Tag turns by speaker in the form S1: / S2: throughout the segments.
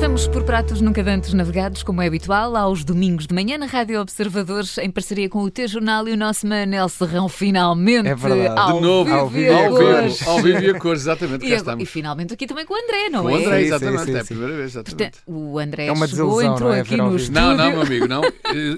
S1: Vamos por pratos nunca antes navegados, como é habitual, aos domingos de manhã na Rádio Observadores, em parceria com o T-Jornal e o nosso Manel Serrão, finalmente.
S2: É verdade.
S1: Ao
S2: De
S1: novo,
S2: ao
S1: vivo, e a
S2: vivo.
S3: Ao
S1: cores.
S3: vivo, ao vivo e a cores, exatamente,
S1: E,
S3: cá
S1: agora-
S3: estamos.
S1: e finalmente aqui também com o André, não
S3: Com o
S1: é?
S3: André,
S2: Sim,
S3: exatamente,
S2: sim, sim,
S3: é a
S2: sim.
S3: primeira vez, exatamente.
S1: Portanto, O André
S2: É uma
S1: chegou,
S2: desilusão,
S1: entrou
S2: não é,
S1: aqui
S2: ver ao
S1: no
S2: vivo?
S1: estúdio.
S3: Não, não, meu amigo, não. Eh,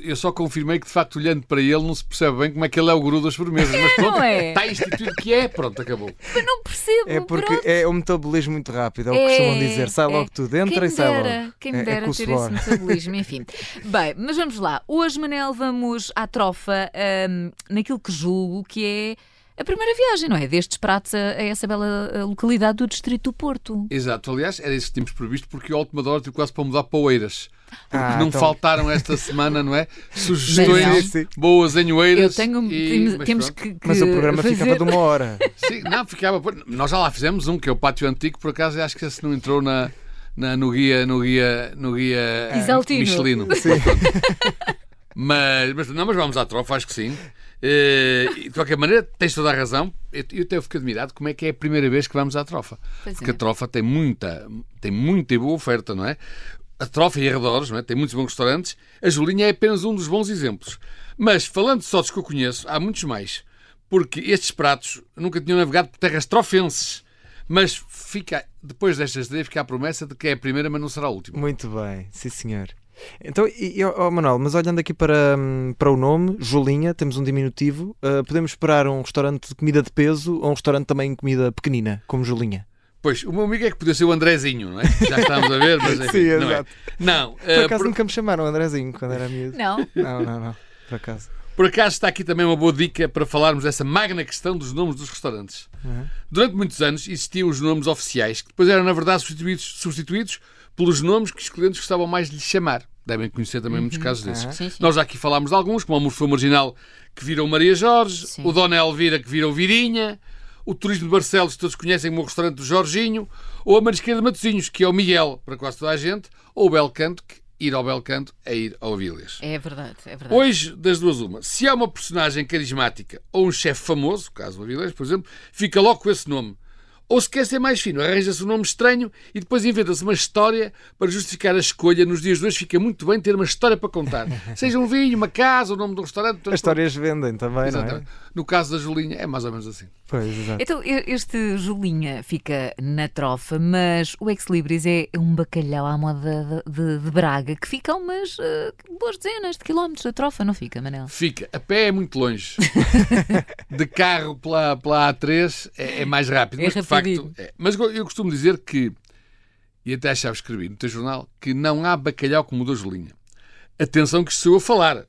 S3: Eu só confirmei que, de facto, olhando para ele, não se percebe bem como é que ele é o guru das sobremesas. Mas pronto,
S1: Não é?
S3: está instituído que é, pronto, acabou.
S1: Mas não percebo.
S2: É porque
S1: pronto.
S2: é um metabolismo muito rápido, é o que
S1: É,
S2: costumam dizer. Sai
S1: é.
S2: logo tudo, entra
S1: quem
S2: e sai
S1: dera,
S2: logo.
S1: Quem
S2: é,
S1: me dera
S2: é com o
S1: ter esse
S2: suor.
S1: metabolismo, enfim. Bem, mas vamos lá. Hoje, Manel, vamos à trofa hum, naquilo que julgo que é a primeira viagem, não é? Destes pratos a, a essa bela uh, localidade do Distrito do Porto.
S3: Exato, aliás, era isso que tínhamos previsto, porque o última hora tive quase para mudar para Oeiras. Porque
S2: Ah,
S3: não
S2: então-
S3: faltaram esta semana, não é? Sugestões
S2: Sim, sim.
S3: boas em
S1: Eu
S3: Oeiras.
S1: tenho. um-
S3: e-
S1: temos-
S3: mas
S1: temos
S3: pronto.
S1: que, que.
S2: Mas o programa
S1: fazer...
S2: ficava de um uma hora.
S3: Sim, não, ficava. por- Nós já lá fizemos um, que é o Pátio Antigo, por acaso, eu acho que esse não entrou na, na- no guia, no guia, no guia eh,
S1: Isaltino.
S3: Michelino. Mas, mas, não, mas vamos à trofa, acho que sim. Eh, e de qualquer maneira, tens toda a razão. Eu, eu até fico admirado como é que é a primeira vez que vamos à trofa.
S1: Pois é.
S3: Porque a trofa tem muita, tem muita e boa oferta, não é? A trofa e arredores, não é? Tem muitos bons restaurantes. A Julinha é apenas um dos bons exemplos. Mas falando só dos que eu conheço, há muitos mais. Porque estes pratos nunca tinham navegado por terras trofenses. Mas fica, depois destas três, fica a promessa de que é a primeira, mas não será a última.
S2: Muito bem, sim senhor. Então, e, e, ó, Manuel, mas olhando aqui para, hum, para o nome, Julinha, temos um diminutivo. ah, podemos esperar um restaurante de comida de peso ou um restaurante também de comida pequenina, como Julinha?
S3: Pois, o meu amigo é que podia ser o Andrezinho, não é? Já estávamos a ver, mas enfim,
S2: Sim,
S3: não é.
S2: exato.
S3: Não,
S2: Por
S3: eh,
S2: acaso nunca me chamaram Andrezinho quando era miúdo.
S1: Não.
S2: Não, não, não. Por acaso.
S3: Por acaso está aqui também uma boa dica para falarmos dessa magna questão dos nomes dos restaurantes. Durante muitos anos existiam os nomes oficiais, que depois eram, na verdade, substituídos, substituídos pelos nomes que os clientes gostavam mais de lhe chamar. Devem conhecer também muitos casos desses.
S1: Sim, sim.
S3: Nós já aqui falámos de alguns, como a Morfeu Marginal, que virou Maria Jorge,
S1: Sim.
S3: o Dona Elvira, que virou Virinha, o Turismo de Barcelos, que todos conhecem como o restaurante do Jorginho, ou a Marisqueira de Matosinhos, que é o Miguel, para quase toda a gente, ou o Belcanto, que ir ao Belcanto é ir ao Vilhas.
S1: É verdade, é verdade.
S3: Hoje, das duas, uma. Se há uma personagem carismática ou um chefe famoso, caso o Avilés, por exemplo, fica logo com esse nome. Ou se quer ser mais fino, arranja-se um nome estranho e depois inventa-se uma história para justificar a escolha. Nos dias de hoje fica muito bem ter uma história para contar. Seja um vinho, uma casa, o nome de um restaurante. portanto,
S2: As histórias vendem também, não é?
S3: Exatamente. No caso da Julinha, é mais ou menos assim.
S2: Pois, exato.
S1: Então, e- este Julinha fica na trofa, mas o Ex Libris é um bacalhau à moda de, de- de Braga que fica a umas eh, boas dezenas de quilómetros da trofa, não fica, Manel?
S3: Fica. A pé é muito longe. de carro pela, pela A3 é, é mais rápido.
S1: É
S3: mas, de
S1: rapidinho.
S3: facto, é. mas go- eu costumo dizer que, e até achava escrevi no teu jornal, que não há bacalhau como o da Julinha. Atenção que isto sou eu a falar,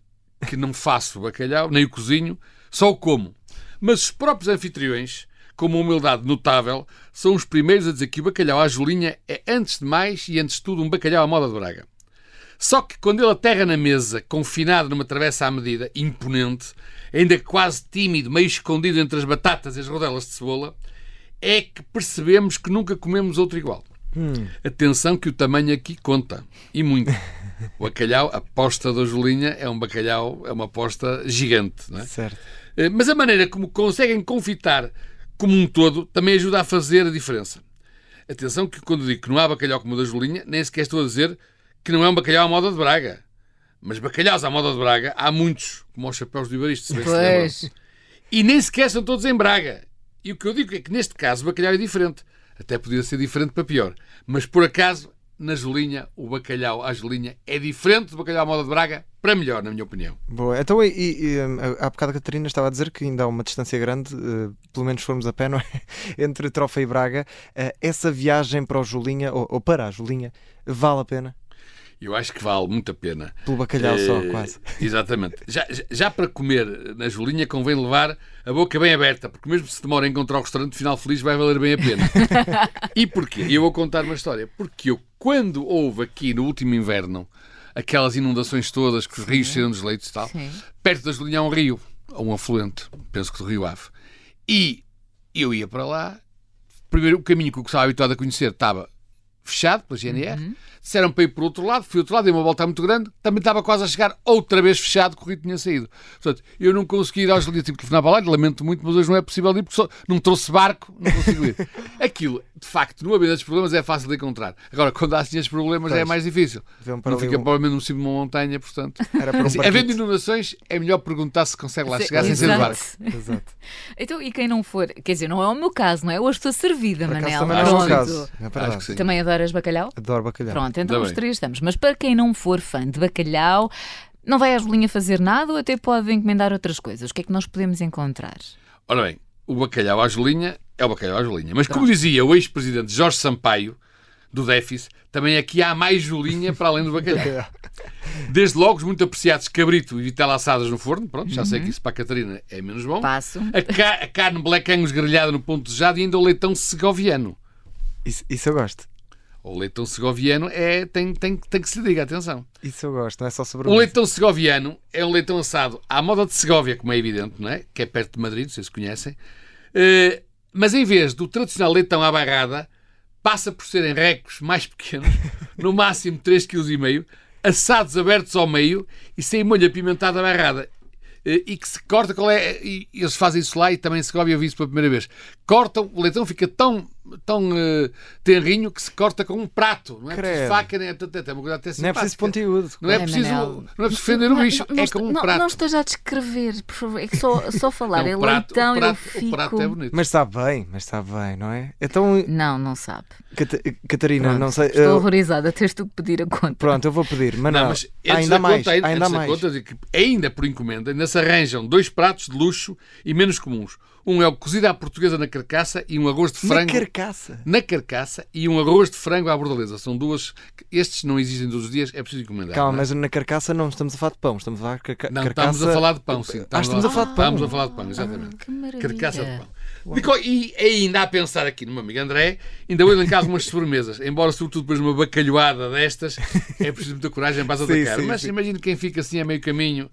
S3: que não faço bacalhau, nem o cozinho, só o como. Mas os próprios anfitriões, com uma humildade notável, são os primeiros a dizer que o bacalhau à Julinha é, antes de mais e antes de tudo, um bacalhau à moda de Braga. Só que quando ele aterra na mesa, confinado numa travessa à medida, imponente, ainda quase tímido, meio escondido entre as batatas e as rodelas de cebola, é que percebemos que nunca comemos outro igual. Atenção que o tamanho aqui conta, e muito. O bacalhau, a posta da Julinha, é um bacalhau, é uma aposta gigante. Não é?
S2: Certo.
S3: Eh, Mas a maneira como conseguem confitar como um todo também ajuda a fazer a diferença. Atenção que quando digo que não há bacalhau como o da Julinha, nem sequer estou a dizer que não é um bacalhau à moda de Braga. Mas bacalhaus à moda de Braga há muitos, como aos chapéus de Ibaristo, se bem se lembram. E nem sequer são todos em Braga. E o que eu digo é que neste caso o bacalhau é diferente. Até podia ser diferente para pior. Mas por acaso, na Julinha, o bacalhau à Julinha é diferente do bacalhau à moda de Braga para melhor, na minha opinião.
S2: Boa. Então, e, e, e, hum, há bocado a Catarina estava a dizer que ainda há uma distância grande, eh, pelo menos formos a pé, não é? Entre Trofa e Braga. Eh, essa viagem para o Julinha, ou, ou para a Julinha, vale a pena?
S3: Eu acho que vale muito a pena.
S2: Pelo bacalhau só,
S3: Eh,
S2: quase.
S3: Exatamente. Já, já- já para comer na Julinha convém levar a boca bem aberta, porque mesmo se demora a encontrar o restaurante, final feliz vai valer bem a pena. e porquê? Eu vou contar uma história. Porque eu, quando houve aqui no último inverno aquelas inundações todas, que os rios saíram dos leitos e tal,
S1: Sim.
S3: perto da Julinha há um rio, ou um afluente, penso que do Rio Ave. E eu ia para lá, primeiro o caminho que eu estava habituado a conhecer estava fechado pela GNR.
S2: Uhum.
S3: Disseram para ir por outro lado, fui outro lado, dei uma volta muito grande, também estava quase a chegar outra vez fechado, que o Rio tinha saído. Portanto, eu não consegui ir aos linhas, tive que telefonar para lá, e lamento muito, mas hoje não é possível ir, porque só, não trouxe barco, não consigo ir. Aquilo, de facto, numa vez desses problemas é fácil de encontrar. Agora, quando há assim esses problemas é
S2: Pois.
S3: mais difícil.
S2: Vão para
S3: Não
S2: ali
S3: fica
S2: um-
S3: provavelmente no cimo de uma montanha, portanto.
S2: Era para um
S3: Assim, havendo
S2: barquito.
S3: inundações, é melhor perguntar se consegue lá
S1: Sim,
S3: chegar sem ser de
S1: exato.
S3: barco.
S2: Exato.
S1: Então, e quem não for? Quer dizer, não é o meu caso, não é? Hoje estou servida,
S2: Por acaso
S1: Manel.
S2: também não é o
S1: Pronto.
S2: caso. É
S3: Acho
S2: verdade.
S3: que sim.
S1: Também adoras bacalhau?
S2: Adoro bacalhau.
S1: Pronto, então
S3: Ainda
S1: os
S3: bem.
S1: três estamos. Mas para quem não for fã de bacalhau, não vai à Jolinha fazer nada ou até pode encomendar outras coisas. O que é que nós podemos encontrar?
S3: Ora bem, o bacalhau à Jolinha é o bacalhau à Jolinha. Mas como dizia o ex-presidente Jorge Sampaio, do déficit, também aqui há mais Jolinha para além do bacalhau.
S2: É.
S3: Desde logo os muito apreciados cabrito e vitela assadas no forno, pronto, já
S1: Uhum.
S3: sei que isso para a Catarina é menos bom.
S1: Passo.
S3: A, ca- a carne black angus grelhada no ponto desejado e ainda o leitão segoviano.
S2: Isso, isso eu gosto.
S3: O leitão segoviano é, tem, tem, tem que se diga, atenção.
S2: Isso eu gosto, não é só sobre
S3: O leitão segoviano é um leitão assado à moda de Segóvia, como é evidente, não é? Que é perto de Madrid, vocês conhecem. Eh, mas em vez do tradicional leitão à barrada, passa por serem recos mais pequenos, no máximo 3,5 kg, assados abertos ao meio e sem molho apimentado à barrada. Eh, E que se corta, qual é? E eles fazem isso lá e também em Segóvia eu vi isso pela primeira vez. Cortam, o leitão fica tão, tão eh, tenrinho que se corta com um prato, não é?
S2: Credo.
S3: preciso Faca, nem é, é uma
S2: Não
S3: coisa até
S2: é preciso
S3: simpática.
S2: pontiúdo.
S3: Não é,
S1: Ai,
S3: preciso,
S1: Manel.
S3: não é preciso defender o bicho,
S1: não,
S3: é
S1: esta-
S3: com um
S1: não-
S3: prato.
S1: não esteja a descrever, por favor. É que só, só falar.
S3: Não,
S1: é
S3: o um prato,
S1: leitão,
S3: o,
S1: eu
S3: prato,
S1: fico...
S3: o prato é bonito.
S2: Mas está bem, mas está bem, não é? Então,
S1: Não, não sabe.
S2: Cata- Catarina,
S1: Pronto,
S2: não sei.
S1: Estou
S2: eu-
S1: horrorizada. Tens tu que pedir a conta.
S2: Pronto, eu vou pedir. Mas não,
S3: Não, mas antes
S2: ainda
S3: da
S2: mais.
S3: conta, antes
S2: ainda
S3: da
S2: mais.
S3: conta, eu digo que tipo, ainda por encomenda, ainda se arranjam dois pratos de luxo e menos comuns. Um é o cozido à portuguesa na carcaça e um arroz de
S2: Na
S3: frango
S2: carcaça.
S3: na carcaça e um arroz de frango à bordaleza. São duas. que- Estes não existem todos os dias, é preciso encomendar.
S2: Calma,
S3: não é?
S2: mas na carcaça não estamos a falar de pão, estamos a falar de carca-
S3: Não,
S2: carcaça.
S3: estamos a falar de pão, sim.
S2: Ah, estamos a falar de pão.
S3: Estamos a falar de pão, exatamente.
S1: Ah, que maravilha. É.
S3: Carcaça de pão. De co- E ainda a pensar aqui no meu amigo André, ainda hoje em casa umas sobremesas, embora sobretudo depois de uma bacalhoada destas, é preciso muita coragem para as
S2: Sim,
S3: atacar.
S2: sim,
S3: Mas
S2: sim.
S3: imagino quem fica assim a meio caminho,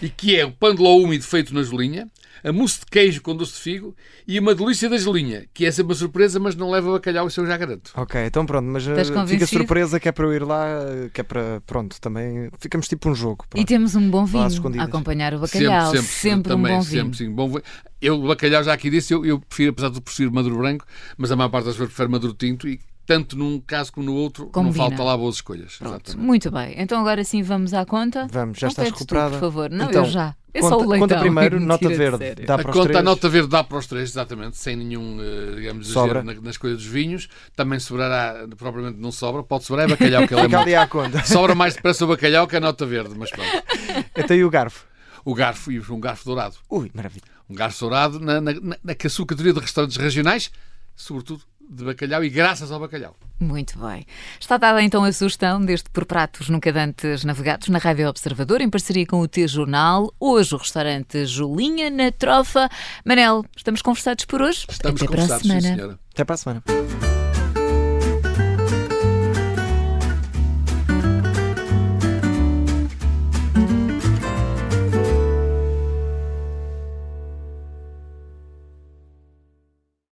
S3: e que é o pão de ló úmido feito na gelinha, a mousse de queijo com doce de figo e uma delícia da gelinha, que é sempre uma surpresa, mas não leva bacalhau, isso eu já garanto.
S2: Ok, então pronto, mas uh, fica
S1: convencido?
S2: surpresa que é para eu ir lá, uh, que é para. Pronto, também. Ficamos tipo um jogo.
S1: E
S2: pronto.
S1: temos um bom
S2: Vá às
S1: vinho a
S2: escondidas.
S1: acompanhar o bacalhau. Sempre, um
S3: também,
S1: bom vinho.
S3: sempre, sim, bom vinho. Eu, o bacalhau, já aqui disse, eu, eu prefiro, apesar de preferir maduro branco, mas a maior parte das vezes prefere maduro tinto e tanto num caso como no outro,
S1: Combina.
S3: não falta lá boas escolhas. Exatamente.
S1: Muito bem, então agora sim vamos à conta.
S2: Vamos, já
S1: Não
S2: estás
S1: perdes tu,
S2: recuperada?
S1: por favor, não,
S2: Então,
S1: eu já. É
S2: conta,
S1: só o leitão.
S2: Conta primeiro,
S1: Mentira,
S2: nota
S1: de
S2: verde.
S1: sério.
S2: Dá
S3: A
S2: para os
S3: conta, a
S2: três.
S3: nota verde dá para os três, exatamente, sem nenhum, eh, digamos,
S2: Sobra.
S3: exagero na- nas coisas dos vinhos. Também sobrará, propriamente não sobra, pode sobrar, é bacalhau que ele é
S2: Fica
S3: muito.
S2: ali à conta.
S3: Sobra mais depressa o bacalhau que a nota verde, mas pronto.
S2: Até aí o garfo.
S3: O garfo, e um garfo dourado.
S2: Ui, maravilha.
S3: Um garfo dourado na, na, na, na sua categoria de restaurantes regionais, sobretudo de bacalhau e graças ao bacalhau.
S1: Muito bem. Está dada então a sugestão deste Por Pratos Nunca Dantes Navegados na Rádio Observador, em parceria com o T-Jornal. Hoje o restaurante Julinha na Trofa. Manel, estamos conversados por hoje.
S3: Estamos
S1: Até para a
S3: conversados, sim,
S1: semana.
S3: senhora.
S2: Até para a semana.